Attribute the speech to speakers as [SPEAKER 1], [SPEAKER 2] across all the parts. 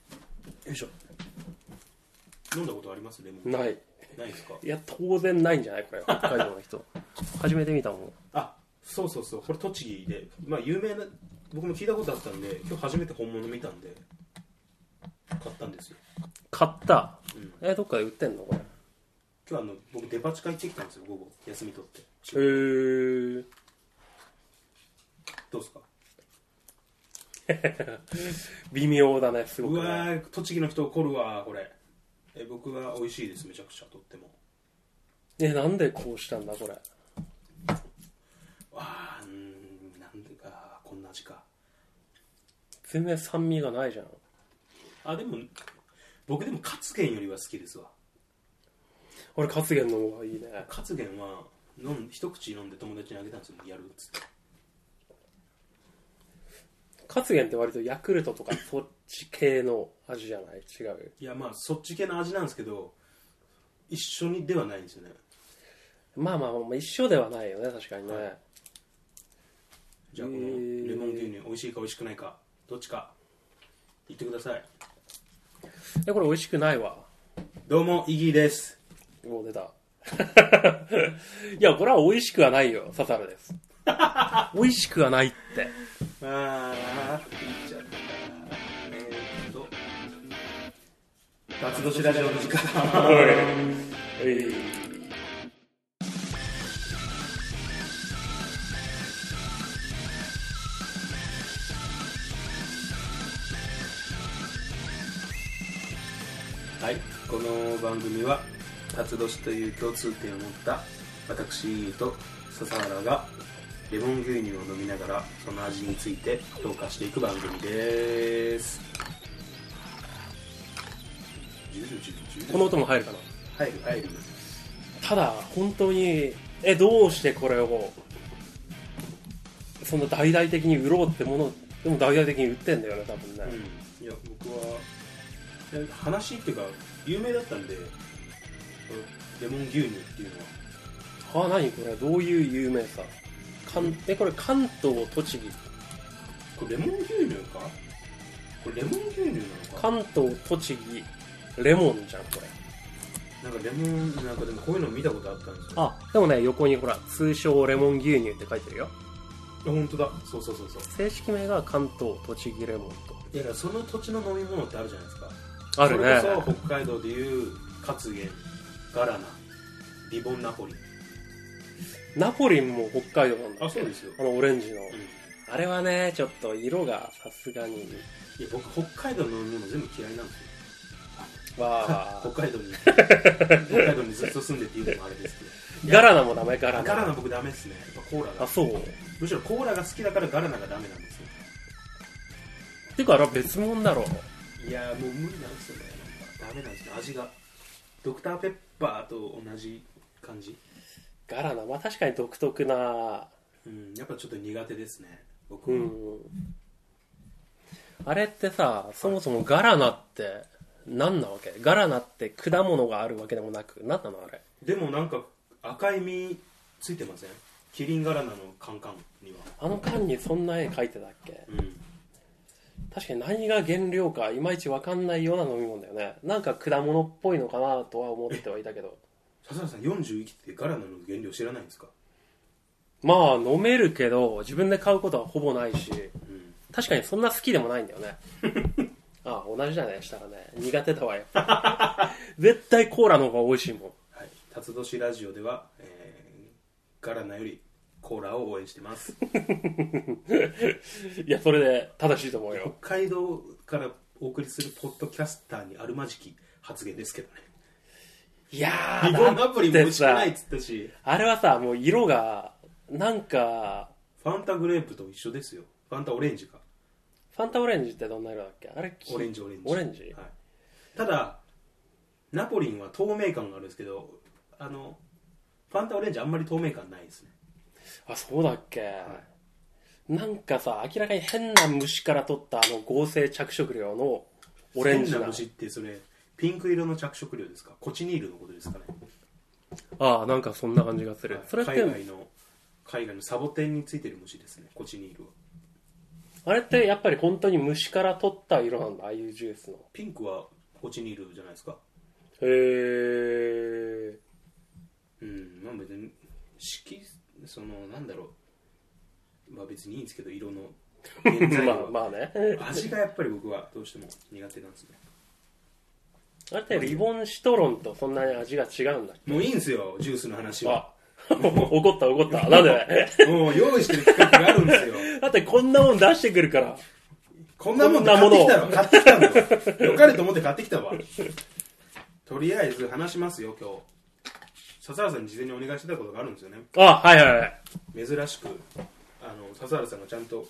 [SPEAKER 1] よいしょ
[SPEAKER 2] 飲んだことありますレモン
[SPEAKER 1] ない
[SPEAKER 2] ないですか
[SPEAKER 1] いや当然ないんじゃないこれ北海道の人 初めて見たもん
[SPEAKER 2] あそうそうそうこれ栃木でまあ有名な僕も聞いたことあったんで今日初めて本物見たんで買ったんですよ
[SPEAKER 1] 買った、
[SPEAKER 2] うん
[SPEAKER 1] えどっかで売ってんのこれ
[SPEAKER 2] 今日あの僕デパ地下行ってきたんですよ午後休み取って
[SPEAKER 1] へー
[SPEAKER 2] どうですか
[SPEAKER 1] 微妙だねすご
[SPEAKER 2] う
[SPEAKER 1] く
[SPEAKER 2] わ
[SPEAKER 1] ね
[SPEAKER 2] ー栃木の人怒るわーこれえ僕は美味しいですめちゃくちゃとっても
[SPEAKER 1] えなんでこうしたんだこれ
[SPEAKER 2] わあうーんなんでかこんな味か
[SPEAKER 1] 全然酸味がないじゃん
[SPEAKER 2] あでも僕でもカツゲンよりは好きですわ
[SPEAKER 1] 俺カツゲンの方がいいね
[SPEAKER 2] カツゲンは飲ん一口飲んで友達にあげたんですよやるっつって
[SPEAKER 1] カツゲンって割とヤクルトとかそっち系の味じゃない違う
[SPEAKER 2] いやまあそっち系の味なんですけど一緒にではないんですよね
[SPEAKER 1] まあまあまあまあ一緒ではないよね確かにね、
[SPEAKER 2] じゃあこの
[SPEAKER 1] へー
[SPEAKER 2] レモン牛乳美味しいか美味しくないかどっちか言ってください
[SPEAKER 1] えこれ美味しくないわ
[SPEAKER 2] どうもイギーです
[SPEAKER 1] もう出た いやこれは美味しくはないよササルです美味しくはないって
[SPEAKER 2] ああ言っちゃったえー、っと夏年ラジオの時 間はい、この番組は辰年という共通点を持った私と笹原がレモン牛乳を飲みながらその味について評価していく番組です
[SPEAKER 1] この音も入るかな
[SPEAKER 2] 入る入る
[SPEAKER 1] ただ本当にえどうしてこれをそんな大々的に売ろうってものでも大々的に売ってんだよね多分ね、
[SPEAKER 2] うんいや僕はえ話っていうか有名だったんでこのレモン牛乳っていうのは
[SPEAKER 1] はあ何これどういう有名さ関えこれ関東栃木
[SPEAKER 2] これレモン牛乳かこれレモン牛乳なのか
[SPEAKER 1] 関東栃木レモンじゃんこれ
[SPEAKER 2] なんかレモンなんかでもこういうの見たことあったんですよ
[SPEAKER 1] あでもね横にほら通称レモン牛乳って書いてるよ
[SPEAKER 2] あ本当だそうそうそうそう
[SPEAKER 1] 正式名が関東栃木レモンと
[SPEAKER 2] いやだからその土地の飲み物ってあるじゃないですか
[SPEAKER 1] あるね
[SPEAKER 2] それこそ北海道でいうカツゲンガラナリボンナポリ
[SPEAKER 1] ナポリンも北海道なんだ
[SPEAKER 2] あそうですよ、
[SPEAKER 1] あのオレンジの
[SPEAKER 2] うん、い
[SPEAKER 1] あれはねちょっと色がさすがに
[SPEAKER 2] や僕北海道の飲み物全部嫌いなんですよ
[SPEAKER 1] わ あ
[SPEAKER 2] 北海道 に北海道にずっと住んでっていうのもあれですけど
[SPEAKER 1] ガラナもダメガラナ
[SPEAKER 2] ガラナ僕ダメですねやっぱコーラ
[SPEAKER 1] あ
[SPEAKER 2] が
[SPEAKER 1] そうっ
[SPEAKER 2] むしろコーラが好きだからガラナがダメなんですよ
[SPEAKER 1] ていうかあれは別物だろ
[SPEAKER 2] いやもう無理なんですよねなんかダメなんですよ味がドクターペッパーと同じ感じ
[SPEAKER 1] ガラナまあ確かに独特な
[SPEAKER 2] うんやっぱちょっと苦手ですね僕
[SPEAKER 1] う
[SPEAKER 2] は、
[SPEAKER 1] ん、あれってさそもそもガラナって何なわけガラナって果物があるわけでもなく何なのあれ
[SPEAKER 2] でもなんか赤い実ついてませんキリンガラナのカンカンには
[SPEAKER 1] あの缶にそんな絵描いてたっけ
[SPEAKER 2] うん
[SPEAKER 1] 確かに何が原料かいまいち分かんないような飲み物だよねなんか果物っぽいのかなとは思ってはいたけど
[SPEAKER 2] 笹原さん40生きててガラナの原料知らないんですか
[SPEAKER 1] まあ飲めるけど自分で買うことはほぼないし
[SPEAKER 2] うん
[SPEAKER 1] 確かにそんな好きでもないんだよ ねああ同じだねしたらね苦手だわよ 絶対コーラの方が美味しいもん
[SPEAKER 2] はい辰年ラジオでは、えーガラナよりコーラを応援してます
[SPEAKER 1] いやそれで正しいと思う
[SPEAKER 2] 北
[SPEAKER 1] よ
[SPEAKER 2] 海道からお送りするポッドキャスターにあるまじき発言ですけどね
[SPEAKER 1] いやー
[SPEAKER 2] リボン
[SPEAKER 1] だ
[SPEAKER 2] ア
[SPEAKER 1] っ
[SPEAKER 2] プリも美
[SPEAKER 1] て
[SPEAKER 2] 味しく
[SPEAKER 1] さ
[SPEAKER 2] ないっつったし
[SPEAKER 1] あれはさもう色がなんか
[SPEAKER 2] ファンタグレープと一緒ですよファンタオレンジか
[SPEAKER 1] ファンタオレンジってどんな色だっけあれき
[SPEAKER 2] オレンジオレンジ
[SPEAKER 1] オレンジ
[SPEAKER 2] はい、ただナポリンは透明感があるんですけどあのファンタオレンジあんまり透明感ないですね
[SPEAKER 1] あそうだっけ、なんかさ明らかに変な虫から取ったあの合成着色料のオレンジ
[SPEAKER 2] 変な
[SPEAKER 1] な
[SPEAKER 2] 虫ってそれピンク色の着色料ですかコチニールのことですかね
[SPEAKER 1] ああなんかそんな感じがする、それって
[SPEAKER 2] 海外の海外のサボテンについてる虫ですねコチニールは
[SPEAKER 1] あれってやっぱり本当に虫から取った色なんだああいうジュースの
[SPEAKER 2] ピンクはこっちにいるじゃないですか
[SPEAKER 1] へえ
[SPEAKER 2] うんまあ別に色そのなんだろうまあ別にいいんですけど色の 原材料
[SPEAKER 1] まあ
[SPEAKER 2] は
[SPEAKER 1] まあね
[SPEAKER 2] 味がやっぱり僕はどうしても苦手なんですね
[SPEAKER 1] あれってリボンシトロンとそんなに味が違うんだっ
[SPEAKER 2] もういいんですよジュースの話
[SPEAKER 1] け
[SPEAKER 2] は
[SPEAKER 1] あ 怒った怒ったなん で
[SPEAKER 2] もう用意してる企画があるんですよ
[SPEAKER 1] だってこんなもん出してくるから
[SPEAKER 2] こんなもんで買ってきたの買ってきたんだよよかれと思って買ってきたわとりあえず話しますよ今日笹原さんに事前にお願いしてたことがあるんですよね
[SPEAKER 1] あはいはいはい
[SPEAKER 2] 珍しくあの笹原さんがちゃんと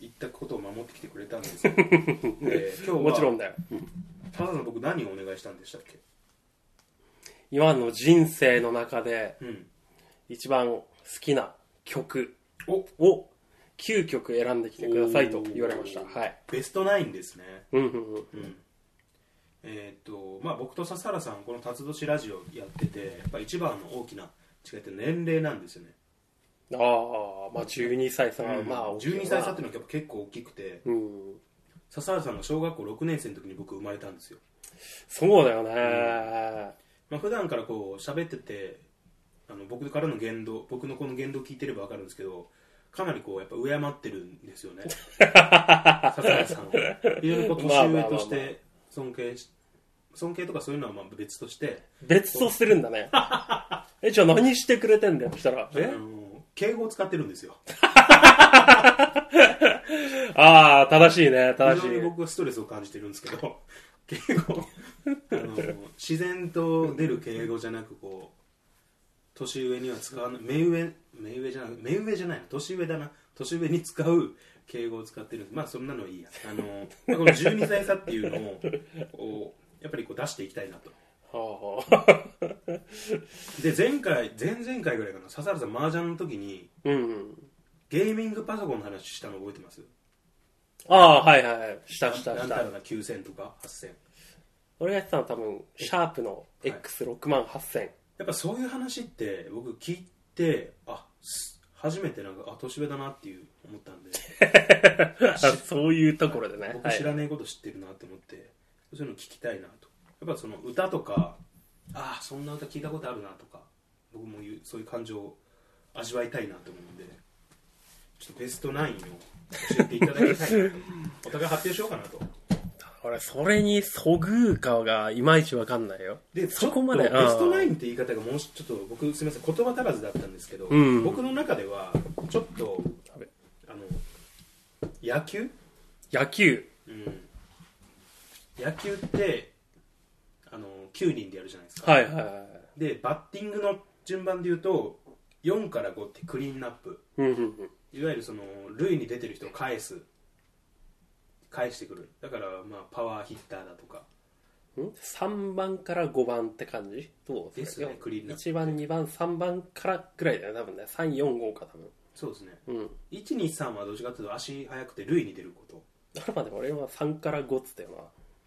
[SPEAKER 2] 言ったことを守ってきてくれたんで すよ、えー今日は
[SPEAKER 1] もちろんだよ
[SPEAKER 2] 笹原さん僕何をお願いしたんでしたっけ
[SPEAKER 1] 今の人生の中で
[SPEAKER 2] うん
[SPEAKER 1] 一番好きな曲
[SPEAKER 2] お
[SPEAKER 1] を9曲選んできてくださいと言われました
[SPEAKER 2] おー
[SPEAKER 1] はい
[SPEAKER 2] ベストナインですね
[SPEAKER 1] うんうんうん
[SPEAKER 2] うんえーっとまあ僕と笹原さんこの辰年ラジオやっててやっぱ一番の大きな違いって年齢なんですよね
[SPEAKER 1] ああまあ12歳差は、
[SPEAKER 2] うん
[SPEAKER 1] まあ大きいよな
[SPEAKER 2] 12歳差っていうのはやっぱ結構大きくて
[SPEAKER 1] うん
[SPEAKER 2] 笹原さんが小学校6年生の時に僕生まれたんですよ、
[SPEAKER 1] そうだよね、
[SPEAKER 2] まあ普段からこう喋っててあの僕からの言動僕のこの言動聞いてれば分かるんですけどかなりこうやっぱ敬ってるんです よね笹原さんを非常にこう年上とし
[SPEAKER 1] まあまあまあまあ
[SPEAKER 2] て尊敬し尊敬とかそういうのはまあ別として
[SPEAKER 1] 別とするんだ ねえじゃあ何してくれてんだよそしたら
[SPEAKER 2] あ
[SPEAKER 1] え
[SPEAKER 2] の敬語を使ってるんですよ
[SPEAKER 1] ああ正しいね
[SPEAKER 2] 非
[SPEAKER 1] 正し
[SPEAKER 2] 常
[SPEAKER 1] い
[SPEAKER 2] に僕はストレスを感じてるんですけど 敬語あの自然と出る敬語じゃなくこう年上には使わない目上目上じゃない目上じゃないな年上だな年上に使う敬語を使ってるんでまあそんなのはいいやあのまあこの12歳差っていうのをこうやっぱりこう出していきたいなと
[SPEAKER 1] はあはあ
[SPEAKER 2] で前回前々回ぐらいかな笹原さん麻雀の時に
[SPEAKER 1] うんうん
[SPEAKER 2] ゲーミングパソコンの話したの覚えてます
[SPEAKER 1] ああはいはいはいしたした
[SPEAKER 2] な
[SPEAKER 1] し
[SPEAKER 2] んだ
[SPEAKER 1] た
[SPEAKER 2] ろうな9000とか8000
[SPEAKER 1] 俺がやってたのは多分シャープの X6 万8000
[SPEAKER 2] やっぱそういう話って僕聞いてあす初めてなんかあ年上だなっていう思ったんで
[SPEAKER 1] あそういうところでね
[SPEAKER 2] 僕知らねえこと知ってるなって思って、そういうの聞きたいなとやっぱその歌とかあそんな歌聞いたことあるなとか僕もいうそういう感情を味わいたいなと思うんでちょっとベストナインを教えていただきたいなとお互い発表しようかなと
[SPEAKER 1] 俺それにそぐうかがいまいちわかんないよ
[SPEAKER 2] で
[SPEAKER 1] そこまで
[SPEAKER 2] ちょっとベストナイ
[SPEAKER 1] ン
[SPEAKER 2] ンって言い方がもうしちょっと僕すみません言葉足らずだったんですけど、
[SPEAKER 1] ん
[SPEAKER 2] 僕の中ではちょっと
[SPEAKER 1] べ
[SPEAKER 2] あの野球、
[SPEAKER 1] 野球
[SPEAKER 2] うん、野球ってあの9人でやるじゃないですか、
[SPEAKER 1] はいはいはい
[SPEAKER 2] でバッティングの順番で言うと4から5ってクリーンナップ
[SPEAKER 1] うんうんうん
[SPEAKER 2] いわゆるその塁に出てる人を返す返してくるだからまあパワーヒッターだとか
[SPEAKER 1] ん3番から5番って感じどう
[SPEAKER 2] ですよねクリーンナップ
[SPEAKER 1] 1番2番3番からぐらいだよね多分ね345か多分
[SPEAKER 2] そうですね
[SPEAKER 1] うん
[SPEAKER 2] 123はどっちかっていうと足速くて塁に出ること
[SPEAKER 1] あれまで俺は3から5っつったよ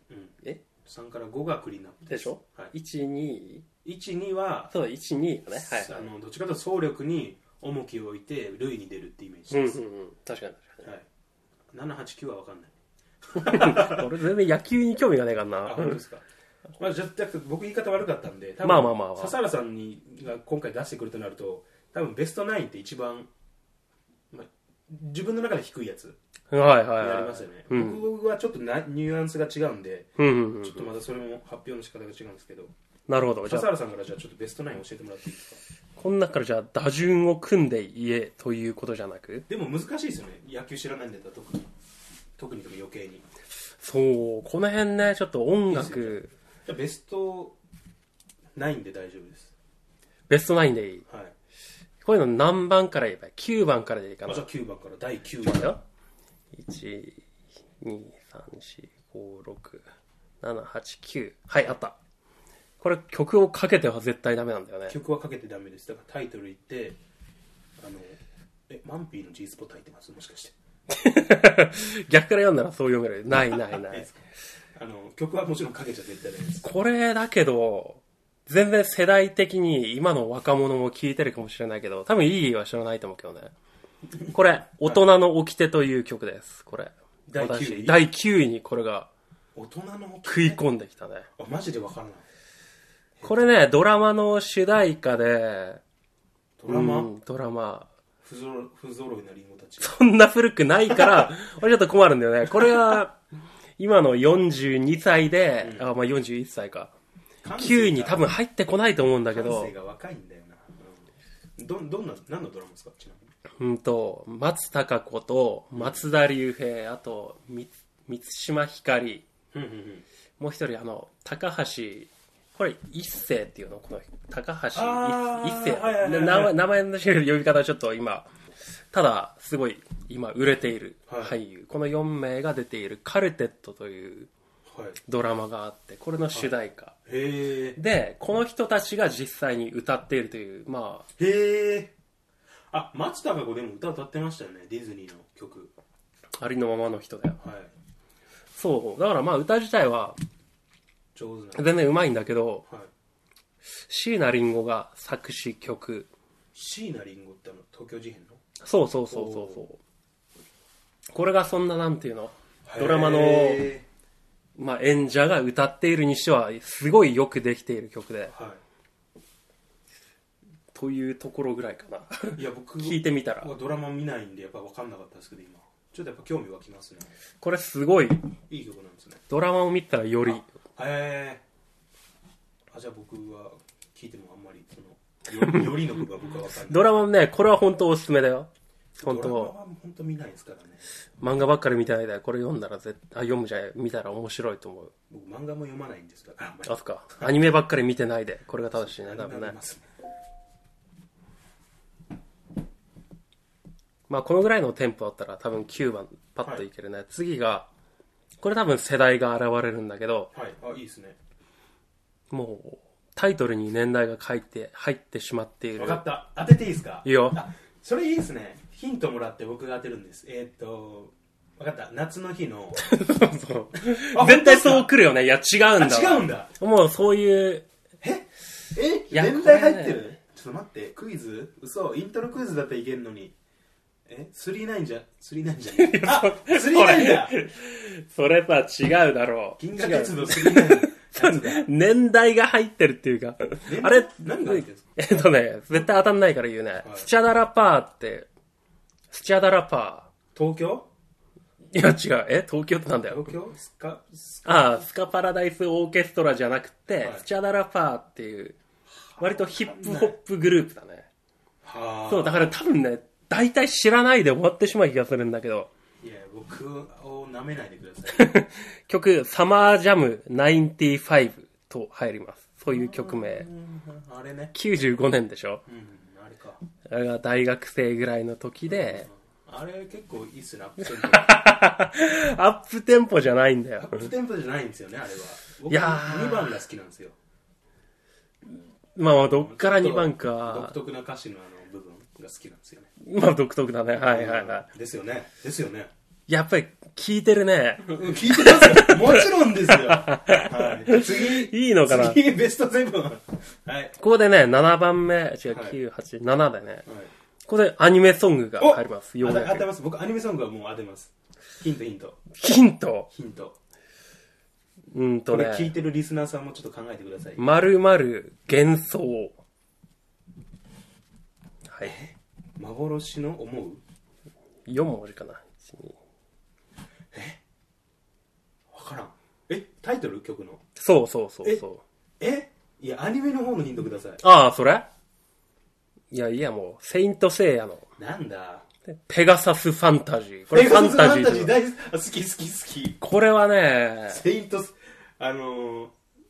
[SPEAKER 1] な
[SPEAKER 2] うん
[SPEAKER 1] え
[SPEAKER 2] 3から5がクリーンナップ
[SPEAKER 1] でしょ、
[SPEAKER 2] は
[SPEAKER 1] 12
[SPEAKER 2] い、12は、
[SPEAKER 1] そうだ12だねはい
[SPEAKER 2] あのどっちかというと総力に重きを置いて塁に出るってイメージ
[SPEAKER 1] うんう
[SPEAKER 2] で
[SPEAKER 1] ん
[SPEAKER 2] す、
[SPEAKER 1] うん確かに
[SPEAKER 2] はい、789は分かんない
[SPEAKER 1] 確かに俺全然野球に興味がないから
[SPEAKER 2] あ
[SPEAKER 1] な
[SPEAKER 2] 本当ですか、 まあ、じゃじゃ僕言い方悪かったんで多
[SPEAKER 1] まあまあまあまあ
[SPEAKER 2] 笹原さんにが今回出してくるとなると多分ベストナインって一番、まあ、自分の中で低いやつ
[SPEAKER 1] はいはい
[SPEAKER 2] にな
[SPEAKER 1] はい
[SPEAKER 2] りますよね、
[SPEAKER 1] うん
[SPEAKER 2] 僕はちょっとなニュアンスが違うんで
[SPEAKER 1] うんうんうん
[SPEAKER 2] ちょっとまたそれも発表の仕方が違うんですけど
[SPEAKER 1] なるほどじゃ
[SPEAKER 2] 笹
[SPEAKER 1] あ
[SPEAKER 2] 原さんからじゃあちょっとベストナイン教えてもらっていいですか
[SPEAKER 1] この中からじゃあ打順を組んで言えということじゃなく
[SPEAKER 2] でも難しいですよね野球知らないんだったら特に特にとも余計に
[SPEAKER 1] そうこの辺ねちょっと音楽
[SPEAKER 2] いいじゃあベスト9で大丈夫です
[SPEAKER 1] ベストナインでいい
[SPEAKER 2] はい、
[SPEAKER 1] こういうの何番から言えばいい ?9 番からでいいか
[SPEAKER 2] ま
[SPEAKER 1] な
[SPEAKER 2] あ、じゃ。あ9番から第9
[SPEAKER 1] だ
[SPEAKER 2] 番
[SPEAKER 1] よ。1、2、3、4、5、6、7、8、9。はい、あった。これ曲をかけては絶対ダメなんだよね。
[SPEAKER 2] 曲はかけてダメですだからタイトル言ってあのえマンピーの G スポット入ってますもしかして
[SPEAKER 1] 逆から読んだらそう読める。ない ないな
[SPEAKER 2] ない
[SPEAKER 1] い
[SPEAKER 2] です。かあの曲はもちろんかけちゃ絶対ダメです
[SPEAKER 1] これだけど、全然世代的に今の若者も聞いてるかもしれないけど、多分いいは知らないと思うけどね。こ れ、大人の掟という曲です。これ。
[SPEAKER 2] 第九位
[SPEAKER 1] 私第9位にこれが
[SPEAKER 2] 大人の
[SPEAKER 1] 食い込んできたね。
[SPEAKER 2] あマジで分からない
[SPEAKER 1] これね、ドラマの主題歌で、
[SPEAKER 2] ドラマ、
[SPEAKER 1] うんドラマ。
[SPEAKER 2] 不ぞろ不揃いなリンゴたち
[SPEAKER 1] そんな古くない から、俺ちょっと困るんだよね。これは、今の42歳で、あ、まあ41歳か。9に多分入ってこないと思うんだけ
[SPEAKER 2] 感
[SPEAKER 1] ど
[SPEAKER 2] 性、が若いんだよな、うん、どどんな何のドラマですかちなみに
[SPEAKER 1] うんと、松たか子と松田龍平、あと、み満島ひかり、
[SPEAKER 2] うんうんうん
[SPEAKER 1] もう一人、あの、高橋、これ、一世っていうのこの人高橋
[SPEAKER 2] あー
[SPEAKER 1] 一世、
[SPEAKER 2] はいはいはいはい
[SPEAKER 1] 名前。名前の呼び方ちょっと今、ただ、すごい、今、売れている
[SPEAKER 2] はい
[SPEAKER 1] 俳優、この4名が出ている、カルテットという
[SPEAKER 2] はい
[SPEAKER 1] ドラマがあって、これの主題歌。
[SPEAKER 2] へえ
[SPEAKER 1] で、この人たちが実際に歌っているという、まあ、
[SPEAKER 2] へえあ松たか子でも歌歌ってましたよねディズニーの曲
[SPEAKER 1] ありのままの人だよ。
[SPEAKER 2] はい
[SPEAKER 1] そう。だからまあ、歌自体は、
[SPEAKER 2] 上手な
[SPEAKER 1] 全然うまいんだけど、
[SPEAKER 2] はい
[SPEAKER 1] 椎名林檎が作詞曲。
[SPEAKER 2] 椎名林檎ってあの東京事変の
[SPEAKER 1] そうそうそうそうそう。これがそんななんていうのドラマの、
[SPEAKER 2] へ
[SPEAKER 1] まあ演者が歌っているにしては、すごいよくできている曲で
[SPEAKER 2] ー、は
[SPEAKER 1] というところぐらいかな。
[SPEAKER 2] いいや僕
[SPEAKER 1] 聞いてみたら。
[SPEAKER 2] ドラマ見ないんでやっぱ分かんなかったですけど今ちょっとやっぱ興味湧きますね
[SPEAKER 1] これすごい、
[SPEAKER 2] いい曲なんですね
[SPEAKER 1] ドラマを見たらより、
[SPEAKER 2] へえあじゃあ僕は聞いてもあんまりそのよ よりの部分は僕は分かんない
[SPEAKER 1] ドラマもね、これは本当おすすめだよ。本
[SPEAKER 2] ドラマ
[SPEAKER 1] 当
[SPEAKER 2] は本当見ないですからね
[SPEAKER 1] 漫画ばっかり見てないで、これ読んだら絶対、あ読むじゃん、見たら面白いと思う。
[SPEAKER 2] 僕漫画も読まないんですからあんまり
[SPEAKER 1] あそっか。アニメばっかり見てないで、これが正しいね、多分
[SPEAKER 2] な
[SPEAKER 1] ね
[SPEAKER 2] りま。すね
[SPEAKER 1] まあ、このぐらいのテンポだったら多分9番パッといけるね。次が、これ多分世代が現れるんだけど、
[SPEAKER 2] はいあいいですね
[SPEAKER 1] もう、タイトルに年代が書いて、入ってしまっている。
[SPEAKER 2] 分かった当てていいですか
[SPEAKER 1] いいよ
[SPEAKER 2] あそれいいですねヒントもらって僕が当てるんですえーっと分かった夏の日の
[SPEAKER 1] そう絶
[SPEAKER 2] あ
[SPEAKER 1] 対
[SPEAKER 2] 本当ですか
[SPEAKER 1] そう来るよね。いや、違う
[SPEAKER 2] あ
[SPEAKER 1] んだわ。
[SPEAKER 2] 違うんだ
[SPEAKER 1] もうそういう、
[SPEAKER 2] え
[SPEAKER 1] や
[SPEAKER 2] 年代入っ
[SPEAKER 1] こ
[SPEAKER 2] て
[SPEAKER 1] れ
[SPEAKER 2] るちょっと待ってクイズ嘘イントロクイズだったらいけんのにえ39じゃ39じゃ ねえあ39だ
[SPEAKER 1] それさ、違うだろう。
[SPEAKER 2] 銀河鉄道39
[SPEAKER 1] 違
[SPEAKER 2] 夏
[SPEAKER 1] う
[SPEAKER 2] だ
[SPEAKER 1] 年代が入ってるっていうか、あれ、
[SPEAKER 2] 何が入ってるんですか
[SPEAKER 1] えっとね、絶対当たんないから言うね。スチャダラパーって、スチャダラパ
[SPEAKER 2] 東京
[SPEAKER 1] ー。いや違う。え東京ってなんだよ。
[SPEAKER 2] 東京スカスカ
[SPEAKER 1] ああ、スカパラダイスオーケストラじゃなくて、
[SPEAKER 2] はい
[SPEAKER 1] スチャダラパーっていう、割とヒップホップグループだね。
[SPEAKER 2] はあ
[SPEAKER 1] そう、だから多分ね、大体知らないで終わってしまう気がするんだけど、
[SPEAKER 2] いや僕を舐めないでください
[SPEAKER 1] 曲、サマージャム95と入ります。そういう曲名
[SPEAKER 2] う。んあれね
[SPEAKER 1] 95年でしょ
[SPEAKER 2] うんあれか
[SPEAKER 1] あれが大学生ぐらいの時で、
[SPEAKER 2] あれ結構いいっすねアップテンポ
[SPEAKER 1] アップテンポじゃないんだ
[SPEAKER 2] ア
[SPEAKER 1] よ
[SPEAKER 2] ッ。プテンポじゃないんですよねあれは僕
[SPEAKER 1] いやー
[SPEAKER 2] 2番が好きなんですよ
[SPEAKER 1] まあまあ、どっから2番
[SPEAKER 2] 独
[SPEAKER 1] か。
[SPEAKER 2] 特な歌詞のあの部分が好きなんですよね
[SPEAKER 1] まあ独特だね。はいはいはい。
[SPEAKER 2] ですよねですよね
[SPEAKER 1] やっぱり聞いてるね。
[SPEAKER 2] うん聞いてますよもちろんですよ、はい、次
[SPEAKER 1] いいのかな
[SPEAKER 2] 次ベストセブンはい、はい、
[SPEAKER 1] ここでね、7番目、違う、
[SPEAKER 2] はい
[SPEAKER 1] 9、8、7でね、ここでアニメソングが
[SPEAKER 2] お
[SPEAKER 1] 入ります。よ
[SPEAKER 2] 当
[SPEAKER 1] う
[SPEAKER 2] て
[SPEAKER 1] や
[SPEAKER 2] 当て
[SPEAKER 1] く。
[SPEAKER 2] ます僕アニメソングはもう当てますヒントヒント
[SPEAKER 1] ヒント。
[SPEAKER 2] ヒント
[SPEAKER 1] うんと
[SPEAKER 2] これ聞い
[SPEAKER 1] ね、
[SPEAKER 2] てるリスナーさんもちょっと考えてください
[SPEAKER 1] まるまる幻想。はい。
[SPEAKER 2] 幻の思う
[SPEAKER 1] 4文字かな。1 2
[SPEAKER 2] わからんえタイトル曲の
[SPEAKER 1] そうそうそうそう。
[SPEAKER 2] えいやアニメの方のヒントください
[SPEAKER 1] ああ、それいやいや、もう、セイントセイヤの、
[SPEAKER 2] なんだ
[SPEAKER 1] ペガサスファンタジー。こ
[SPEAKER 2] ペ
[SPEAKER 1] れ
[SPEAKER 2] ガ
[SPEAKER 1] ファ
[SPEAKER 2] サ
[SPEAKER 1] ン
[SPEAKER 2] スファ
[SPEAKER 1] タジ
[SPEAKER 2] ンタジー
[SPEAKER 1] ー。
[SPEAKER 2] 大好きあ好き好き好き
[SPEAKER 1] これはね、
[SPEAKER 2] セイントスあのー、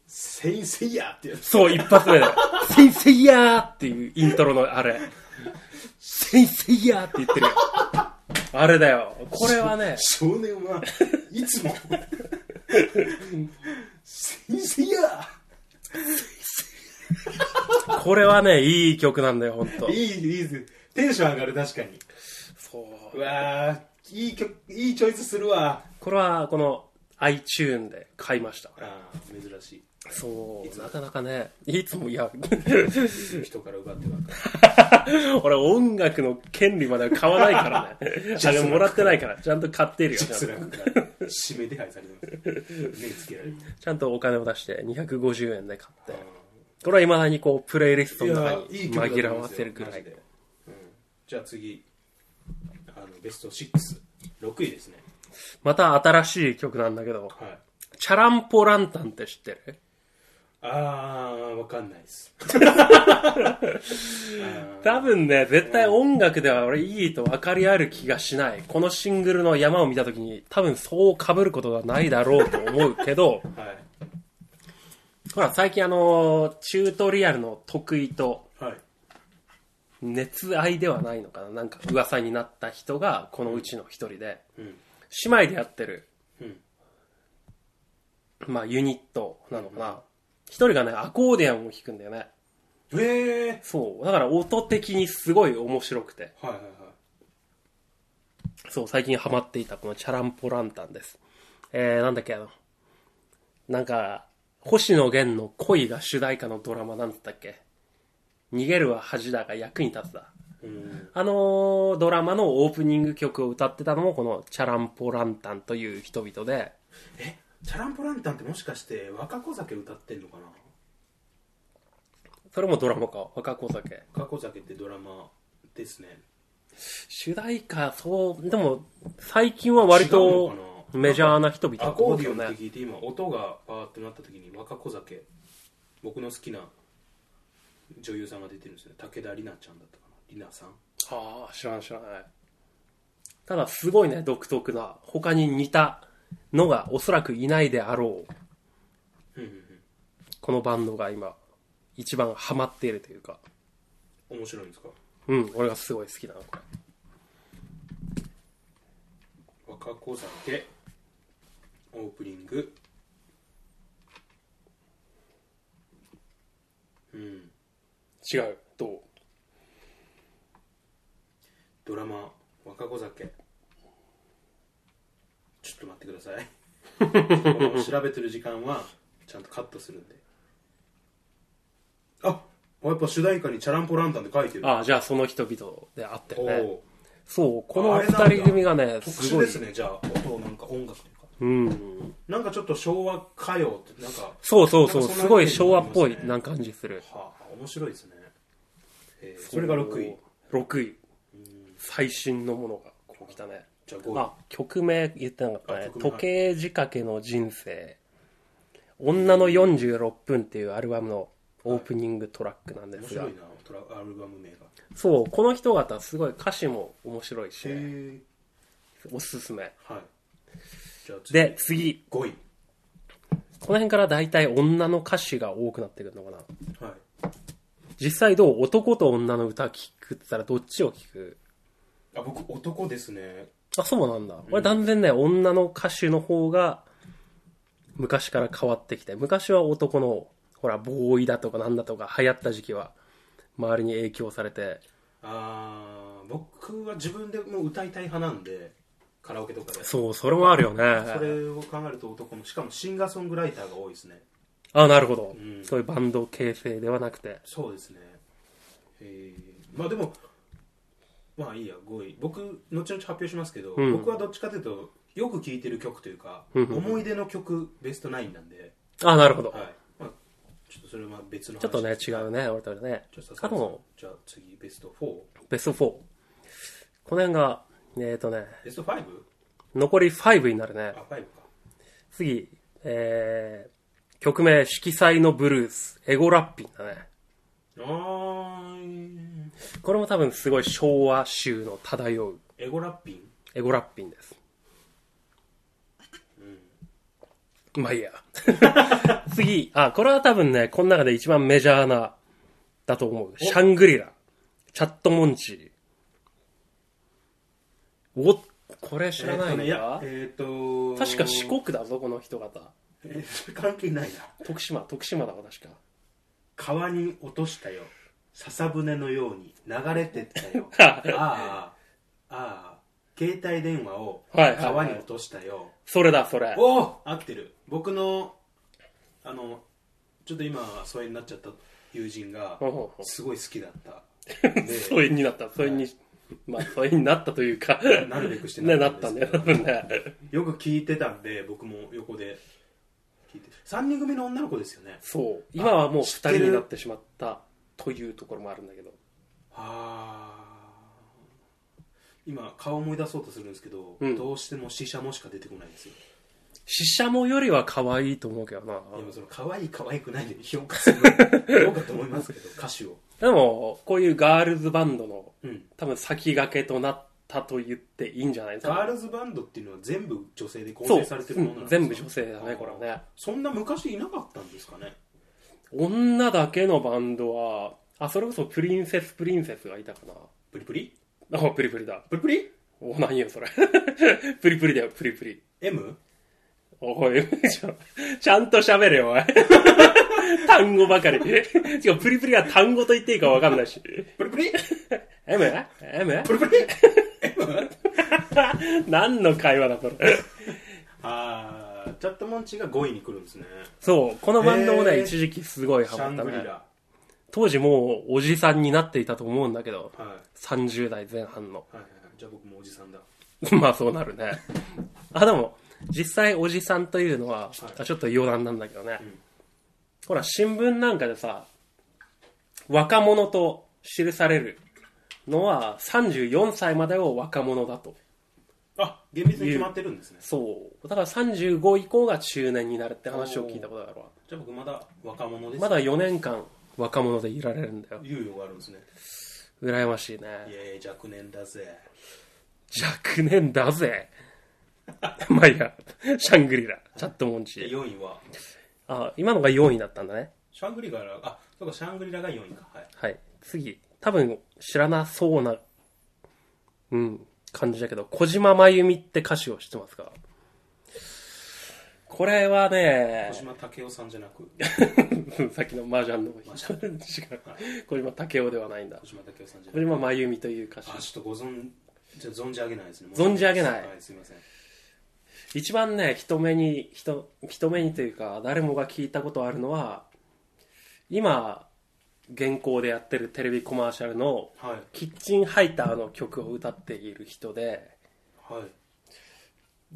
[SPEAKER 2] セインセイヤーってやつ
[SPEAKER 1] そう、一発目だよ。 セイセイヤーっていうイントロのあれ。セイセイヤーって言ってるよ。あれだよ。これはね、
[SPEAKER 2] 少年はいつもセインセイヤ
[SPEAKER 1] これはね、いい曲なんだよ、ほんと
[SPEAKER 2] ーい。いいいですテンション上がる確かに
[SPEAKER 1] そう。
[SPEAKER 2] うわーいい曲いいチョイスするわ
[SPEAKER 1] これは、この、 iTune で買いました。
[SPEAKER 2] ああ珍し
[SPEAKER 1] そ
[SPEAKER 2] いつ
[SPEAKER 1] う、なかなかね、いつもいや、
[SPEAKER 2] い人から奪ってばっか
[SPEAKER 1] 俺音楽の権利までは買わないから ね。あれもらってないから、ちゃんと買ってるよ。
[SPEAKER 2] り
[SPEAKER 1] ちゃんと
[SPEAKER 2] 辛くなる締め手配されてます目つけられる
[SPEAKER 1] ちゃんとお金を出して250円で買って。
[SPEAKER 2] あ
[SPEAKER 1] これは未だにこう、プレイリスト
[SPEAKER 2] ー
[SPEAKER 1] の中に
[SPEAKER 2] い曲だと思
[SPEAKER 1] 紛ら
[SPEAKER 2] いま
[SPEAKER 1] わ
[SPEAKER 2] すよ
[SPEAKER 1] せるくら
[SPEAKER 2] マ
[SPEAKER 1] い
[SPEAKER 2] ジ。でうんじゃあ次あのベスト66位ですね
[SPEAKER 1] また新しい曲なんだけど、
[SPEAKER 2] はい
[SPEAKER 1] チャランポランタンって知ってる
[SPEAKER 2] あーわかんないですあー
[SPEAKER 1] 多分ね、絶対音楽では俺いいと分かり合える気がしない。このシングルの山を見た時に多分そう被ることはないだろうと思うけど、
[SPEAKER 2] はい
[SPEAKER 1] ほら最近あの、チュートリアルの得意と
[SPEAKER 2] はい
[SPEAKER 1] 熱愛ではないのかななんか噂になった人がこのうちの一人で、
[SPEAKER 2] うん
[SPEAKER 1] 姉妹でやってる、
[SPEAKER 2] うん
[SPEAKER 1] まあユニットなのかな。一人がね、アコーディアンを弾くんだよね。
[SPEAKER 2] ええ
[SPEAKER 1] そう。だから音的にすごい面白くて。
[SPEAKER 2] はいはいはい
[SPEAKER 1] そう、最近ハマっていたこのチャランポランタンです。えー、なんだっけ、あの、なんか、星野源の恋が主題歌のドラマなんつったっけ逃げるは恥だが役に立つだ。
[SPEAKER 2] うん
[SPEAKER 1] あのードラマのオープニング曲を歌ってたのもこのチャランポランタンという人々で、
[SPEAKER 2] えチャランポランタンってもしかして若子酒歌ってんのかな
[SPEAKER 1] それもドラマか、若子酒。
[SPEAKER 2] 若子酒ってドラマですね
[SPEAKER 1] 主題歌、そう、でも、最近は割と
[SPEAKER 2] 違うのかな
[SPEAKER 1] メジャーな人々
[SPEAKER 2] ア
[SPEAKER 1] だと
[SPEAKER 2] コ
[SPEAKER 1] 思
[SPEAKER 2] ー
[SPEAKER 1] うけ
[SPEAKER 2] ディオ
[SPEAKER 1] ど
[SPEAKER 2] ン
[SPEAKER 1] ね
[SPEAKER 2] って聞いて今音がパーってなった時に若子酒僕の好きな女優さんが出てるんですよね武田里奈ちゃんだったかな里奈さん
[SPEAKER 1] ああ、知らん知らない。ただ、すごいね、独特な。他に似たのがおそらくいないであろう。
[SPEAKER 2] うんうん
[SPEAKER 1] このバンドが今、一番ハマっているというか。
[SPEAKER 2] うん面白いんですか
[SPEAKER 1] うん、俺がすごい好きなの、これ。
[SPEAKER 2] 若子酒オープニングうん
[SPEAKER 1] 違う。どう
[SPEAKER 2] ドラマ「若子酒」ちょっと待ってくださいこの調べてる時間はちゃんとカットするんであやっぱ主題歌に「チャランポランタン」って書いてる
[SPEAKER 1] ああ、じゃあその人々であって
[SPEAKER 2] お
[SPEAKER 1] ね。
[SPEAKER 2] お
[SPEAKER 1] そう、こ
[SPEAKER 2] あ
[SPEAKER 1] の
[SPEAKER 2] あれなんだ
[SPEAKER 1] 二人組がね、
[SPEAKER 2] 特
[SPEAKER 1] す
[SPEAKER 2] 殊
[SPEAKER 1] ご
[SPEAKER 2] で
[SPEAKER 1] い。
[SPEAKER 2] すねじゃあ音なんか音楽というか
[SPEAKER 1] うん。
[SPEAKER 2] なんかちょっと昭和歌謡ってなんか
[SPEAKER 1] そうそうそう、
[SPEAKER 2] なんかそんな
[SPEAKER 1] すごい昭和っぽ
[SPEAKER 2] イメー
[SPEAKER 1] い
[SPEAKER 2] ジにな
[SPEAKER 1] な
[SPEAKER 2] り
[SPEAKER 1] んか感じする。
[SPEAKER 2] はあ面白いですね、えーそれが6位。
[SPEAKER 1] 6位。最新のものが、こう来たね。
[SPEAKER 2] じゃあ5位
[SPEAKER 1] あ、曲名言ってなかった
[SPEAKER 2] あ
[SPEAKER 1] ね。
[SPEAKER 2] 曲名
[SPEAKER 1] 時計仕掛けの人生。女の46分っていうアルバムのオープニングトラックなんで
[SPEAKER 2] 面
[SPEAKER 1] すが。
[SPEAKER 2] 白いなトラアルバム名が
[SPEAKER 1] そう、この人方すごい歌詞も面白いし、ね、
[SPEAKER 2] へえ
[SPEAKER 1] おすすめ。
[SPEAKER 2] はいじゃあ次
[SPEAKER 1] で、次。
[SPEAKER 2] 5位
[SPEAKER 1] この辺から大体女の歌詞が多くなってくるのかな。
[SPEAKER 2] はい
[SPEAKER 1] 実際どう男と女の歌聞くって言ったらどっちを聞く
[SPEAKER 2] あ僕男ですね
[SPEAKER 1] あ、そうなんだ。俺断然ね、女の歌手の方が、昔から変わってきて、昔は男の、ほら、ボーイだとかなんだとか流行った時期は、周りに影響されて、
[SPEAKER 2] あー僕は自分でもう歌いたい派なんでカラオケとかで
[SPEAKER 1] そう、それもあるよ
[SPEAKER 2] そ
[SPEAKER 1] ね。
[SPEAKER 2] れを考えると男もしかもシンガーソングライターが多いですね
[SPEAKER 1] あ、なるほど、
[SPEAKER 2] ん
[SPEAKER 1] そういうバンド形成ではなくて。
[SPEAKER 2] そうですねえーまあでもまあいいや5位僕後々発表しますけど、
[SPEAKER 1] ん
[SPEAKER 2] 僕はどっちかというとよく聴いてる曲というか、思い出の曲ベスト9なんで、
[SPEAKER 1] あ、なるほど。
[SPEAKER 2] はいまあ、ちょっとそれはまあ別の話
[SPEAKER 1] ちょっとね、
[SPEAKER 2] です
[SPEAKER 1] 違うね、俺とはね
[SPEAKER 2] ちょっと。
[SPEAKER 1] あ
[SPEAKER 2] さ
[SPEAKER 1] と、
[SPEAKER 2] じゃあ次ベスト 4?
[SPEAKER 1] ベスト4。この辺が、えーとね、
[SPEAKER 2] ベスト 5?
[SPEAKER 1] 残り5になるね。
[SPEAKER 2] あ5か
[SPEAKER 1] 次、えー、曲名、色彩のブルース、エゴラッピンだね。
[SPEAKER 2] あー
[SPEAKER 1] これも多分すごい昭和集の漂う
[SPEAKER 2] エゴラッピン
[SPEAKER 1] エゴラッピンです。まあいいや。 次、あ、これは多分ね、この中で一番メジャーな、だと思う。シャングリラ、チャットモンチー。お、これ知らない
[SPEAKER 2] えーとねい
[SPEAKER 1] の
[SPEAKER 2] や
[SPEAKER 1] か、
[SPEAKER 2] えっ、と
[SPEAKER 1] 確か四国だぞ、この人方。
[SPEAKER 2] えー関係ないな
[SPEAKER 1] 徳島、徳島だわ、確か。
[SPEAKER 2] 川に落としたよ 笹舟のように流れてったよああああ携帯電話を
[SPEAKER 1] はいはいは
[SPEAKER 2] 川
[SPEAKER 1] い
[SPEAKER 2] に落としたよ、
[SPEAKER 1] それだ、それ。
[SPEAKER 2] おお合ってる僕のあのちょっと今疎遠になっちゃった友人が
[SPEAKER 1] ほうほうほう
[SPEAKER 2] すごい好き だった
[SPEAKER 1] 疎遠になった、疎遠に、まあ、疎遠になったというか、
[SPEAKER 2] なるべくして
[SPEAKER 1] ね、な
[SPEAKER 2] なっ
[SPEAKER 1] ったた
[SPEAKER 2] ん
[SPEAKER 1] ね、
[SPEAKER 2] ですけ
[SPEAKER 1] 多
[SPEAKER 2] ど
[SPEAKER 1] 分ね。
[SPEAKER 2] よく聞いてたんで僕も横で聞いて3人組の女の子ですよね
[SPEAKER 1] そう。今はもう
[SPEAKER 2] 知
[SPEAKER 1] 二
[SPEAKER 2] って
[SPEAKER 1] 人
[SPEAKER 2] る
[SPEAKER 1] になってしまったというところもあるんだけど。
[SPEAKER 2] あー今顔思い出そうとするんですけど、
[SPEAKER 1] うん
[SPEAKER 2] どうしてもシシャモしか出てこないんですよ
[SPEAKER 1] シシャモよりは可愛いと思うけどな。
[SPEAKER 2] でもその可愛い可愛くないで評価するのどうかと思いますけど歌手を
[SPEAKER 1] でも、こういうガールズバンドの、
[SPEAKER 2] うん
[SPEAKER 1] 多分先駆けとなったと言っていいんじゃないです
[SPEAKER 2] ガー
[SPEAKER 1] か。
[SPEAKER 2] ルズバンドっていうのは全部女性で構
[SPEAKER 1] そ
[SPEAKER 2] 成
[SPEAKER 1] う
[SPEAKER 2] されてるも
[SPEAKER 1] う
[SPEAKER 2] のなん
[SPEAKER 1] ん
[SPEAKER 2] ですか
[SPEAKER 1] 全部女性だね、これはね。
[SPEAKER 2] そんな昔いなかったんですかね
[SPEAKER 1] 女だけのバンドは、あ、それこそプリンセスプリンセスがいたか
[SPEAKER 2] プリプリ
[SPEAKER 1] な。あ、プリプリだ。
[SPEAKER 2] プリプリ
[SPEAKER 1] お、何よ、それ。 プリプリだよ、プリプリ。
[SPEAKER 2] M?
[SPEAKER 1] おい、ちょちゃんと喋れよ、 おい。単語ばかり。違う、プリプリは単語と言っていいかわかんないし。
[SPEAKER 2] プリプリ
[SPEAKER 1] M? M?
[SPEAKER 2] プリプ リ M?
[SPEAKER 1] 何の会話だ、これ。
[SPEAKER 2] あーチャットモンチーが5位に来るんですね
[SPEAKER 1] そう、このバンドも
[SPEAKER 2] へ
[SPEAKER 1] ね、
[SPEAKER 2] ー
[SPEAKER 1] 一時期すごい
[SPEAKER 2] シ
[SPEAKER 1] ハ
[SPEAKER 2] ャン
[SPEAKER 1] マった
[SPEAKER 2] グリ
[SPEAKER 1] ね。
[SPEAKER 2] ラ
[SPEAKER 1] 当時もうおじさんになっていたと思うんだけど、
[SPEAKER 2] はいはい
[SPEAKER 1] 30代前半の。
[SPEAKER 2] はいはいじゃあ僕もおじさんだ
[SPEAKER 1] まあそうなるね。あ、でも、実際おじさんというのは、あちょっと余談なんだけどね。
[SPEAKER 2] ん
[SPEAKER 1] ほら、新聞なんかでさ、若者と記されるのは34歳までを若者だと。
[SPEAKER 2] あ厳密に決まってるんですね
[SPEAKER 1] そう。だから35以降が中年になるって話を聞いたことがあるわ。
[SPEAKER 2] じゃあ僕まだ若者です
[SPEAKER 1] まだ4年間若者でいられるんだよ。
[SPEAKER 2] 猶予があるんですね
[SPEAKER 1] 羨ましい
[SPEAKER 2] い
[SPEAKER 1] ね。
[SPEAKER 2] やいや若年だぜ
[SPEAKER 1] 若年だぜ。 まあいいや、シャングリラ、チャットモンチ
[SPEAKER 2] で
[SPEAKER 1] ー。
[SPEAKER 2] 4位は
[SPEAKER 1] あ、今のが4位だったんだね。
[SPEAKER 2] シャングリラがあそうかシャングリラが4位かはい
[SPEAKER 1] はい。次。多分知らなそうな、うん、感じだけど、小島真由美って歌手を知ってますかこれはね
[SPEAKER 2] 小、島武雄さんじゃなく
[SPEAKER 1] さっきの麻雀の違う。 小島武雄ではないんだ
[SPEAKER 2] 小。島武雄さんじゃ
[SPEAKER 1] 小
[SPEAKER 2] なく
[SPEAKER 1] 島真由美という歌手
[SPEAKER 2] あ。ちょっとご存じゃ存じ上げないですね
[SPEAKER 1] 存じ上げない
[SPEAKER 2] はいすいません
[SPEAKER 1] 一番ね、人目に、人、人目にというか、誰もが聞いたことあるのは、今、現行でやってるテレビコマーシャルの、
[SPEAKER 2] はい
[SPEAKER 1] キッチンハイターの曲を歌っている人で、
[SPEAKER 2] はい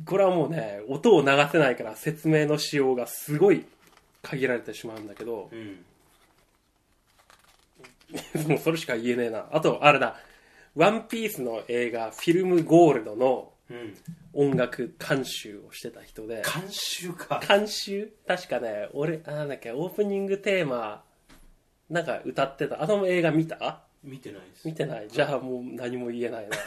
[SPEAKER 1] これはもうね、音を流せないから説明の仕様がすごい限られてしまうんだけど、
[SPEAKER 2] うん
[SPEAKER 1] もうそれしか言えねえな。あと、あれだ、ワンピースの映画、フィルムゴールドの
[SPEAKER 2] うん
[SPEAKER 1] 音楽監修をしてた人で、
[SPEAKER 2] 監 修か
[SPEAKER 1] 監修確かね、俺、あなんだっけ、オープニングテーマ、なんか歌ってた。あの映画見た
[SPEAKER 2] 見てないです
[SPEAKER 1] 見てないじゃあもう何も言えないな。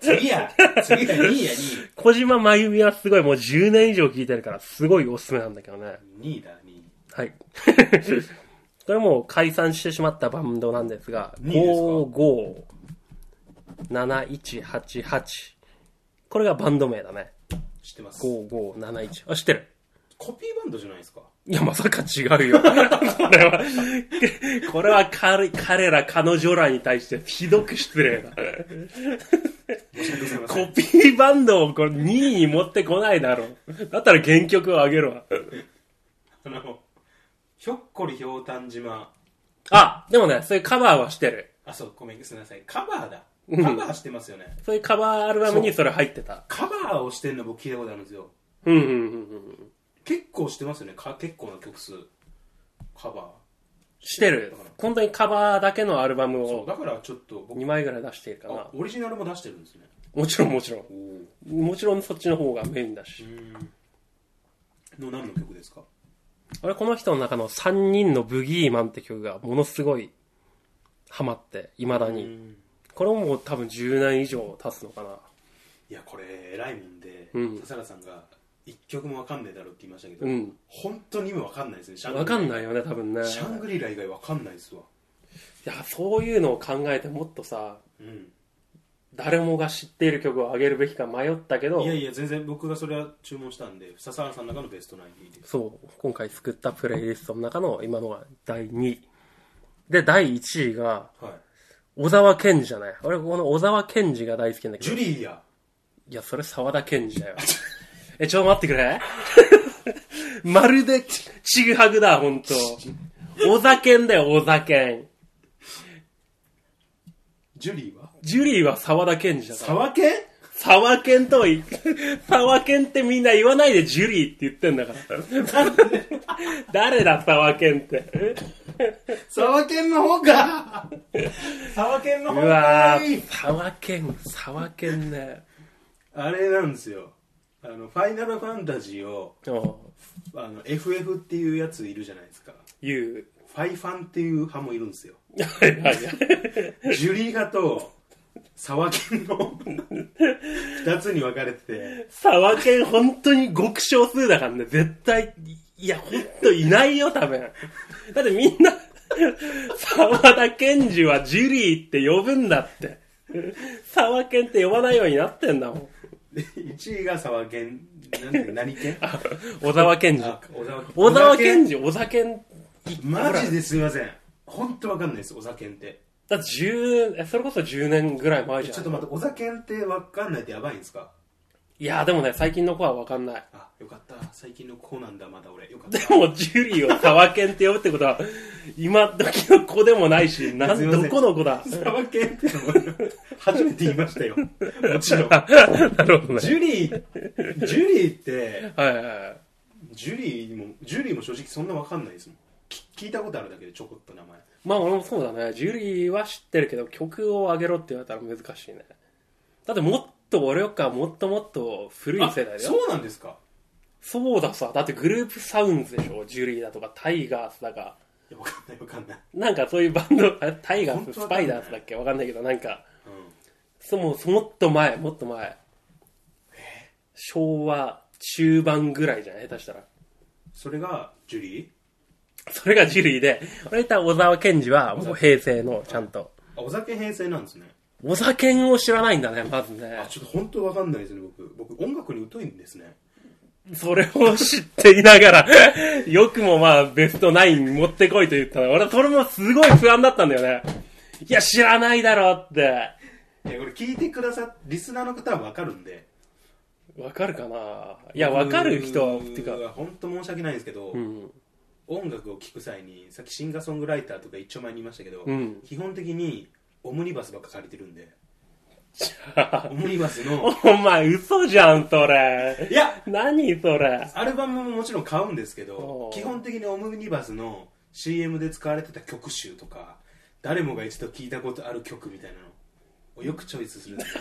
[SPEAKER 2] 次や次や2位や
[SPEAKER 1] 小島真由美はすごいもう10年以上聴いてるから、すごいおすすめなんだけどね。
[SPEAKER 2] 2位2位だ2位
[SPEAKER 1] はい。 これもう解散してしまったバンドなんですが、
[SPEAKER 2] いいですか
[SPEAKER 1] 557188。これがバンド名だね。
[SPEAKER 2] 知ってます
[SPEAKER 1] 5571。あ、知ってる
[SPEAKER 2] コピーバンドじゃないですか
[SPEAKER 1] いや、まさか違うよ。これ は、これは彼彼ら、彼女らに対してひどく失礼だ。
[SPEAKER 2] 申し訳ございませ
[SPEAKER 1] コ
[SPEAKER 2] ん
[SPEAKER 1] ピーバンドをこれ2位に持ってこないだろう。だったら原曲をあげろ。
[SPEAKER 2] あのひょっこりひょうたん島
[SPEAKER 1] あ、でもね、そういうカバーはしてる。
[SPEAKER 2] あそうごめんすみませんカバーだカバーしてますよね
[SPEAKER 1] そういうカバーアルバムにそれ入ってた。
[SPEAKER 2] カバーをしてんの僕聞いたことあるんですよ
[SPEAKER 1] うんうんうんうん。
[SPEAKER 2] 結構してますよねか結構な曲数カバー
[SPEAKER 1] してる。本当にカバーだけのアルバム
[SPEAKER 2] そう
[SPEAKER 1] を
[SPEAKER 2] だからちょっと僕
[SPEAKER 1] 2枚ぐらい出しているかな
[SPEAKER 2] あ。オリジナルも出してるんですね
[SPEAKER 1] もちろんもちろ
[SPEAKER 2] おお
[SPEAKER 1] ん。もちろんそっちの方がメインだし。
[SPEAKER 2] の何の曲ですか
[SPEAKER 1] 俺この人の中の3人のブギーマンって曲がものすごいハマって、未だに。これももう多分10年以上経つのかな。
[SPEAKER 2] いやこれ偉いもんで、
[SPEAKER 1] うん
[SPEAKER 2] 笹原さんが一曲もわかんないだろうって言いましたけど、
[SPEAKER 1] うん
[SPEAKER 2] 本当に今わかんないですねシャング
[SPEAKER 1] わ
[SPEAKER 2] リラ
[SPEAKER 1] かんないよね、多分ね。い
[SPEAKER 2] シャングリラ以外わかんないですわ
[SPEAKER 1] や、そういうのを考えてもっとさ、
[SPEAKER 2] うん
[SPEAKER 1] 誰もが知っている曲を上げるべきか迷ったけど
[SPEAKER 2] い、やいや全然僕がそれは注文したんで笹原さんの中のベストナインです
[SPEAKER 1] そう、今回作ったプレイリストの中の今のが第2位。で、第1位が、
[SPEAKER 2] はい
[SPEAKER 1] 小沢健二じゃない。俺、この小沢健二が大好きなんだけ
[SPEAKER 2] ジ
[SPEAKER 1] ど
[SPEAKER 2] ュ。リーや
[SPEAKER 1] いや、それ沢田研 二だよ。え、ちょっと待ってくれ。まるでち、ちぐはぐだ、ほんと。小田健だよ、小田健。
[SPEAKER 2] ジュリーは
[SPEAKER 1] ジュリーは沢田研二だから。
[SPEAKER 2] 沢健
[SPEAKER 1] 沢健とは言って、沢健ってみんな言わないでジュリーって言ってんだから。誰だ、沢健って。
[SPEAKER 2] 沢健の方か沢健の
[SPEAKER 1] う
[SPEAKER 2] 方が
[SPEAKER 1] わ
[SPEAKER 2] いい
[SPEAKER 1] ぁ、沢健、沢健ね。
[SPEAKER 2] あれなんですよあのファイナルファンタジーを
[SPEAKER 1] お
[SPEAKER 2] あの FF っていうやついるじゃないですか
[SPEAKER 1] 言
[SPEAKER 2] ファイファンっていう派もいるんですよ
[SPEAKER 1] う。はいはいはい。
[SPEAKER 2] ジュリー派と沢健の二つに分かれてて
[SPEAKER 1] 沢県本当に極少数だからね、絶対、いや、ほんといないよ、多分。だってみんな、沢田健二はジュリーって呼ぶんだって。沢健って呼ばないようになってんだもん。
[SPEAKER 2] で1位が沢健なんて何健あ
[SPEAKER 1] 小沢健二。
[SPEAKER 2] 小沢健
[SPEAKER 1] 小沢健二、小沢健、
[SPEAKER 2] マジですいません本当わかんないですお酒って
[SPEAKER 1] だって10えそれこそ10年ぐらい前じ
[SPEAKER 2] ち
[SPEAKER 1] ゃ
[SPEAKER 2] ょっと
[SPEAKER 1] ん。
[SPEAKER 2] 待ってお酒ってわかんないってやばいんですか
[SPEAKER 1] いや、でもね、最近の子はわかんない。
[SPEAKER 2] あよかった最近の子なんだまだ俺よかっ
[SPEAKER 1] で
[SPEAKER 2] た
[SPEAKER 1] も、ジュリーを沢健って呼ぶってことは、今時の子でもないし、な
[SPEAKER 2] すい
[SPEAKER 1] ん、
[SPEAKER 2] ません
[SPEAKER 1] どこの子だ。
[SPEAKER 2] 沢健ってのも初めて言いましたよもちろん
[SPEAKER 1] なるほどね。
[SPEAKER 2] ジュリージュリーって
[SPEAKER 1] はいはいはい。
[SPEAKER 2] ジュリーもジュリーも正直そんなわかんないですもんき聞いたことあるだけでちょこっと名前
[SPEAKER 1] まあ俺もそうだね。ジュリーは知ってるけど、曲を上げろって言われたら難しいね。だってもっと俺よっかもっともっと古い世代だ
[SPEAKER 2] そ
[SPEAKER 1] よ。
[SPEAKER 2] うなんですか
[SPEAKER 1] そうださ。だってグループサウンズでしょ。ジュリーだとかタイガースだか。
[SPEAKER 2] いやわかんないわかんない、
[SPEAKER 1] なんかそういうバンド、あタイガ
[SPEAKER 2] 本
[SPEAKER 1] ース、
[SPEAKER 2] 当
[SPEAKER 1] ス
[SPEAKER 2] わかん
[SPEAKER 1] パ
[SPEAKER 2] ない
[SPEAKER 1] イダースだっけわかんないけど、なんか、
[SPEAKER 2] うん
[SPEAKER 1] そもそもっと前、もっと前。昭和中盤ぐらいじゃない下手したら。
[SPEAKER 2] それがジュリー
[SPEAKER 1] それがジュリーで、俺た小沢健二はもう平成のちゃんと。
[SPEAKER 2] あお酒編成なんですね
[SPEAKER 1] 小沢健を知らないんだね、まずね。
[SPEAKER 2] あちょっと本当わかんないですね僕僕音楽に疎いんですね
[SPEAKER 1] それを知っていながら、 よくもまあベスト9に持ってこいと言ったの。俺それもすごい不安だったんだよね。いや、知らないだろって。
[SPEAKER 2] えこれ聞いてくださリスナーの方はわかるんで
[SPEAKER 1] わかるかないや、わかる人は、ってか、
[SPEAKER 2] 本当申し訳ないんですけど、
[SPEAKER 1] うん。
[SPEAKER 2] 音楽を聴く際にさっきシンガーソングライターとか一丁前に言いましたけど、
[SPEAKER 1] うん
[SPEAKER 2] 基本的にオムニバスばっか借りてるんで
[SPEAKER 1] あ
[SPEAKER 2] オムニバスの
[SPEAKER 1] お前嘘じゃん、それ。
[SPEAKER 2] いや
[SPEAKER 1] 何それ。
[SPEAKER 2] アルバムももちろん買うんですけ
[SPEAKER 1] お
[SPEAKER 2] ど
[SPEAKER 1] う
[SPEAKER 2] 基本的にオムニバスの CM で使われてた曲集とか誰もが一度聴いたことある曲みたいなのをよくチョイスするんですよ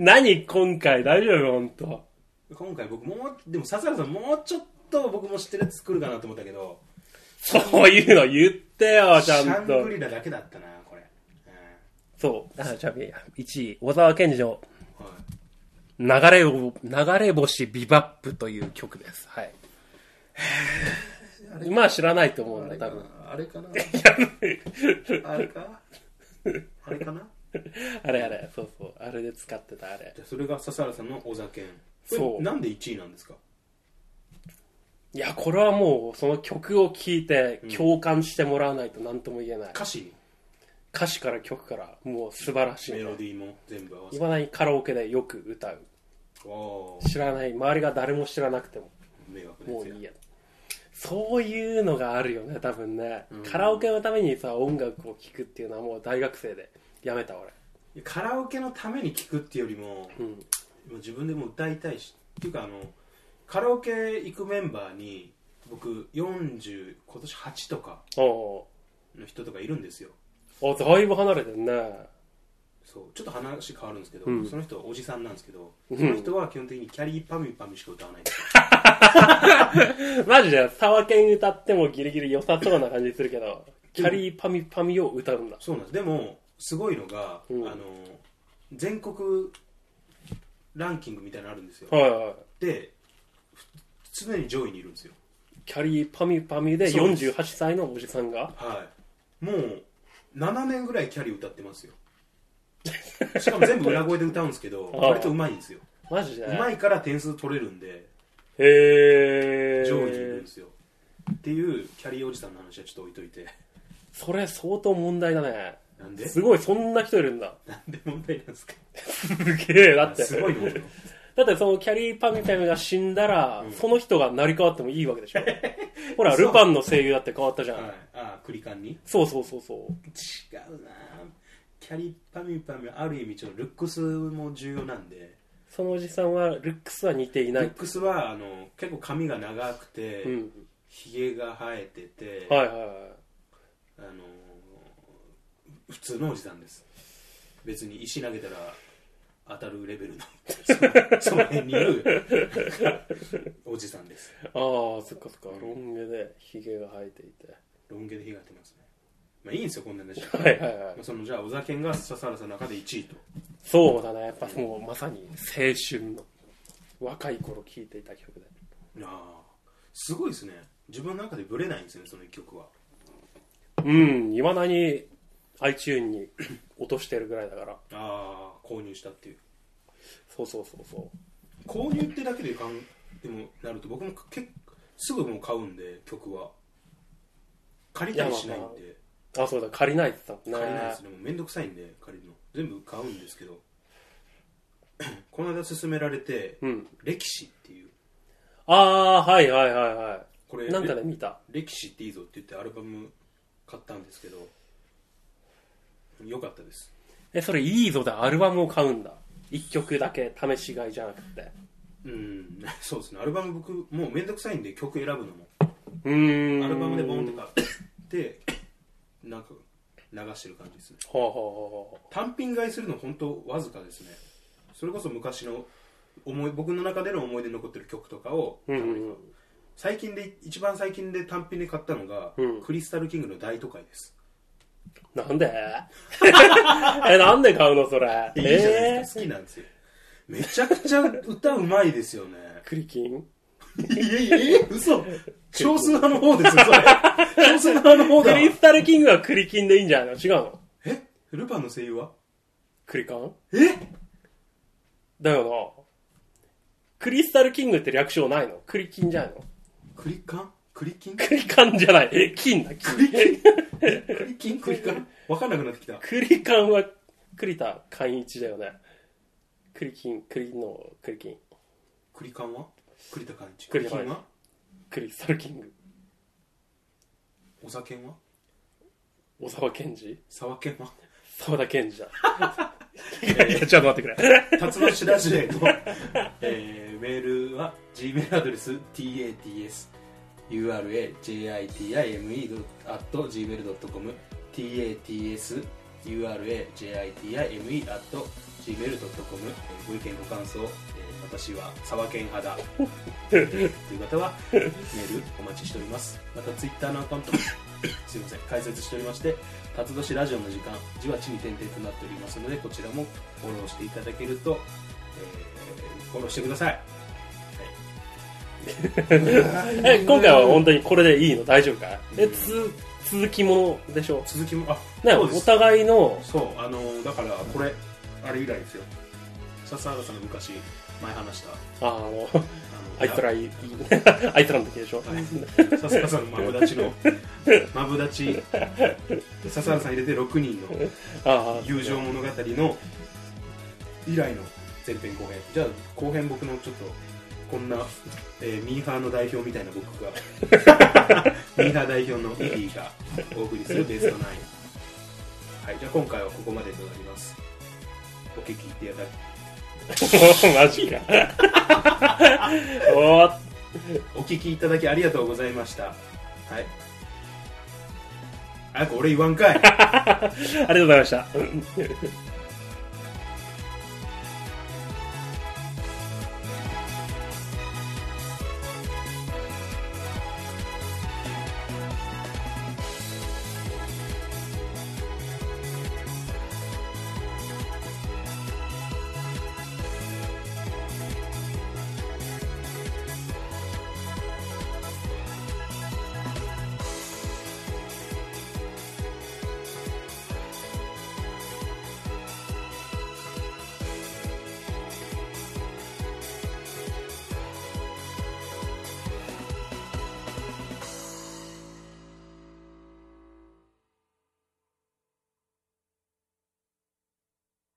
[SPEAKER 1] 何今回大丈夫ほんと。
[SPEAKER 2] 今回僕もうでも笹原さんもうちょっと僕も知ってるやつ作るかなと思ったけど
[SPEAKER 1] そういうの言ってよ、
[SPEAKER 2] シ
[SPEAKER 1] ちゃ
[SPEAKER 2] ャ
[SPEAKER 1] ん
[SPEAKER 2] ン
[SPEAKER 1] と
[SPEAKER 2] グ。リラだけだったなこれ、う
[SPEAKER 1] そう。あ、じゃあ、1位、小沢健二の
[SPEAKER 2] んはい
[SPEAKER 1] 流れを、流れ星ビバップという曲です。はい。今は知らないと思うんだ、多分。
[SPEAKER 2] あれかなあれかあれかな
[SPEAKER 1] あれあれ、そうそう。あれで使ってたあれ。
[SPEAKER 2] じゃあそれが笹原さんのお酒
[SPEAKER 1] そう
[SPEAKER 2] なんで1位なんですか
[SPEAKER 1] いや、これはもう、その曲を聴いて、共感してもらわないと何とも言えない。
[SPEAKER 2] 歌詞
[SPEAKER 1] 歌詞から曲から、もう素晴らしい
[SPEAKER 2] メ
[SPEAKER 1] ね。
[SPEAKER 2] ロディーも全部合わせ
[SPEAKER 1] い
[SPEAKER 2] て
[SPEAKER 1] まだにカラオケでよく歌う。
[SPEAKER 2] おー
[SPEAKER 1] 知らない、周りが誰も知らなくても、
[SPEAKER 2] 迷惑なや
[SPEAKER 1] もう
[SPEAKER 2] つや
[SPEAKER 1] いいや。そういうのがあるよね、多分ね。カラオケのためにさ、音楽を聴くっていうのはもう大学生でやめた、俺。
[SPEAKER 2] いやカラオケのために聴くっていうよりも、
[SPEAKER 1] ん
[SPEAKER 2] もう自分でも歌いたいしっていうかあのカラオケ行くメンバーに僕40今年8とか
[SPEAKER 1] おおー。
[SPEAKER 2] の人とかいるんですよ
[SPEAKER 1] あ、だいぶ離れてんね。
[SPEAKER 2] そうちょっと話変わるんですけど、
[SPEAKER 1] うん
[SPEAKER 2] その人はおじさんなんですけど、
[SPEAKER 1] うん
[SPEAKER 2] その人は基本的にキャリーパミュパミュしか歌わないんです
[SPEAKER 1] マジで、沢健歌ってもギリギリ良さそうな感じするけど、キャリーパミパミを歌うんだ。
[SPEAKER 2] そうなんですでもすごいのが、
[SPEAKER 1] うん
[SPEAKER 2] あの全国ランキングみたいなのあるんですよ
[SPEAKER 1] はいはい。
[SPEAKER 2] でふ常に上位にいるんですよ
[SPEAKER 1] キャリーパミパミで
[SPEAKER 2] そうです
[SPEAKER 1] 48歳のおじさんが。
[SPEAKER 2] はいもう7年ぐらいキャリー歌ってますよ しかも全部裏声で歌うんですけど
[SPEAKER 1] ああ
[SPEAKER 2] 割とうまいんですよ
[SPEAKER 1] マジで
[SPEAKER 2] うまいから点数取れるんで
[SPEAKER 1] へ
[SPEAKER 2] 上位にいるん
[SPEAKER 1] ー
[SPEAKER 2] で。すよ、っていうキャリーおじさんの話はちょっと置いといて
[SPEAKER 1] それ相当問題だね。
[SPEAKER 2] なんです
[SPEAKER 1] ごい、そんな人いるん だ。
[SPEAKER 2] なんで問題なんですか
[SPEAKER 1] すげえ、だって。
[SPEAKER 2] すごいもの
[SPEAKER 1] だってそのキャリーパンみたいなのが死んだら、その人が成り変わってもいいわけで しょ。ほら、ルパンの声優だって変わったじゃん。
[SPEAKER 2] はいああクリカンに
[SPEAKER 1] そうそうそうそう。
[SPEAKER 2] 違うなキャリパミュパミュある意味ちょっとルックスも重要なんで
[SPEAKER 1] そのおじさんは、ルックスは似てい
[SPEAKER 2] ル
[SPEAKER 1] な
[SPEAKER 2] ッ
[SPEAKER 1] い。
[SPEAKER 2] クスはあの結構髪が長くて、
[SPEAKER 1] うん。
[SPEAKER 2] ひげが生えてて、
[SPEAKER 1] はいはいはい。
[SPEAKER 2] あの普通のおじさんです別に石投げたら当たるレベルのそのその辺にいる おじさんです
[SPEAKER 1] ああ、そっかそっか。ロン毛で、ヒゲが生えていて。
[SPEAKER 2] ロン毛で火が出てますねまあいいんですよこんな話
[SPEAKER 1] はいはいはい
[SPEAKER 2] まあ。そのじゃあ小沢健が笹原さんの中で1位と
[SPEAKER 1] そうだね。やっぱもうまさに青春の若い頃聴いていた曲で。
[SPEAKER 2] ああすごいですね自分の中でブレないんですよねその一曲は
[SPEAKER 1] うん、いまだに iTune に落としてるぐらいだから。
[SPEAKER 2] ああ購入したっていう
[SPEAKER 1] そうそうそうそう。
[SPEAKER 2] 購入ってだけでかんでもなると僕も結すぐもう買うんで曲は借りたりしないんで
[SPEAKER 1] あ、そうだ、借りないって言ってたも
[SPEAKER 2] 借
[SPEAKER 1] んね。
[SPEAKER 2] りないですねもうめんどくさいんで借りるの全部買うんですけど この間勧められて「
[SPEAKER 1] うん。
[SPEAKER 2] 歴史」っていう
[SPEAKER 1] ああ、はいはいはいは
[SPEAKER 2] これ
[SPEAKER 1] い。なんかね、見た。
[SPEAKER 2] 「歴史っていいぞ」って言ってアルバム買ったんですけどよかったです
[SPEAKER 1] え、それいいぞでアルバムを買うんだ。一曲だけ試し買いじゃなくて。
[SPEAKER 2] うん、 そうですね。アルバム僕、もうめんどくさいんで曲選ぶのも。
[SPEAKER 1] うーん。
[SPEAKER 2] アルバムでボンって買って、なんか流してる感じですね。
[SPEAKER 1] ほうほ
[SPEAKER 2] 単品買いするの本当わずかですね。それこそ昔の思い、僕の中での思い出に残ってる曲とかを、
[SPEAKER 1] うほうほう。うんうんうん。
[SPEAKER 2] 最近で、一番最近で単品で買ったのが、
[SPEAKER 1] うん
[SPEAKER 2] クリスタルキングの大都会です。
[SPEAKER 1] なんで え、なんで買うのそれ。
[SPEAKER 2] いいじゃないですか。好きなんですよ。めちゃくちゃ歌うまいです よね。
[SPEAKER 1] えークリキン
[SPEAKER 2] いやいやいや、嘘。少数派の方ですよ、それ。少数派の方
[SPEAKER 1] ク
[SPEAKER 2] だ。
[SPEAKER 1] リスタルキングはクリキンでいいんじゃないの違うの
[SPEAKER 2] えルパンの声優は
[SPEAKER 1] クリカン
[SPEAKER 2] え
[SPEAKER 1] だよな。クリスタルキングって略称ないのクリキンじゃないの
[SPEAKER 2] クリカンクリキン
[SPEAKER 1] クリカンじゃない。え、金だ、金。
[SPEAKER 2] クリキンクリキンクリカンわかんなくなってきた
[SPEAKER 1] クリカンは、栗田寛一だよね。クリキン、クリの、クリキン。
[SPEAKER 2] クリカンは栗田寛一
[SPEAKER 1] 栗田
[SPEAKER 2] キ
[SPEAKER 1] 寛一
[SPEAKER 2] ンは
[SPEAKER 1] クリスタルキング。
[SPEAKER 2] お酒は
[SPEAKER 1] 小沢健二
[SPEAKER 2] 沢健は
[SPEAKER 1] 沢田健二だ。 いや、ちょっと待ってくれ。
[SPEAKER 2] 辰野市ラジエの、えー、メールは Gmail アドレス tatsurajitime.gmail.com tatsurajitime.gmail.com ご意見ご感想、えー私は沢県肌という方はメールお待ちしておりますまた Twitter のアカウントもすいません解説しておりまして辰年ラジオの時間じわちに点々となっておりますのでこちらもフォローしていただけると、えーフォローしてください、
[SPEAKER 1] え、 今回は本当にこれでいいの大丈夫かえ、つ、続きものでしょ
[SPEAKER 2] 続きもあ
[SPEAKER 1] ね、
[SPEAKER 2] そうで
[SPEAKER 1] お
[SPEAKER 2] す
[SPEAKER 1] 互いの、
[SPEAKER 2] そうあのーだからこれあれ以来ですよ笹原さんが昔前話した
[SPEAKER 1] あの、
[SPEAKER 2] あの
[SPEAKER 1] あいつらいい、あいつらの時でしょ
[SPEAKER 2] はい笹原さんのマブダチのマブダチ笹原さん入れて6人の
[SPEAKER 1] ああ、
[SPEAKER 2] 友情物語の以来の前編後編じゃあ後編僕のちょっとこんな、えーミーハーの代表みたいな僕がミーハー代表のイリーがお送りするベストナインはいじゃあ今回はここまでとなりますお聞きいただ
[SPEAKER 1] マジか。 おー
[SPEAKER 2] お聞きいただきありがとうございましたはいあこれ言わんかい
[SPEAKER 1] ありがとうございました。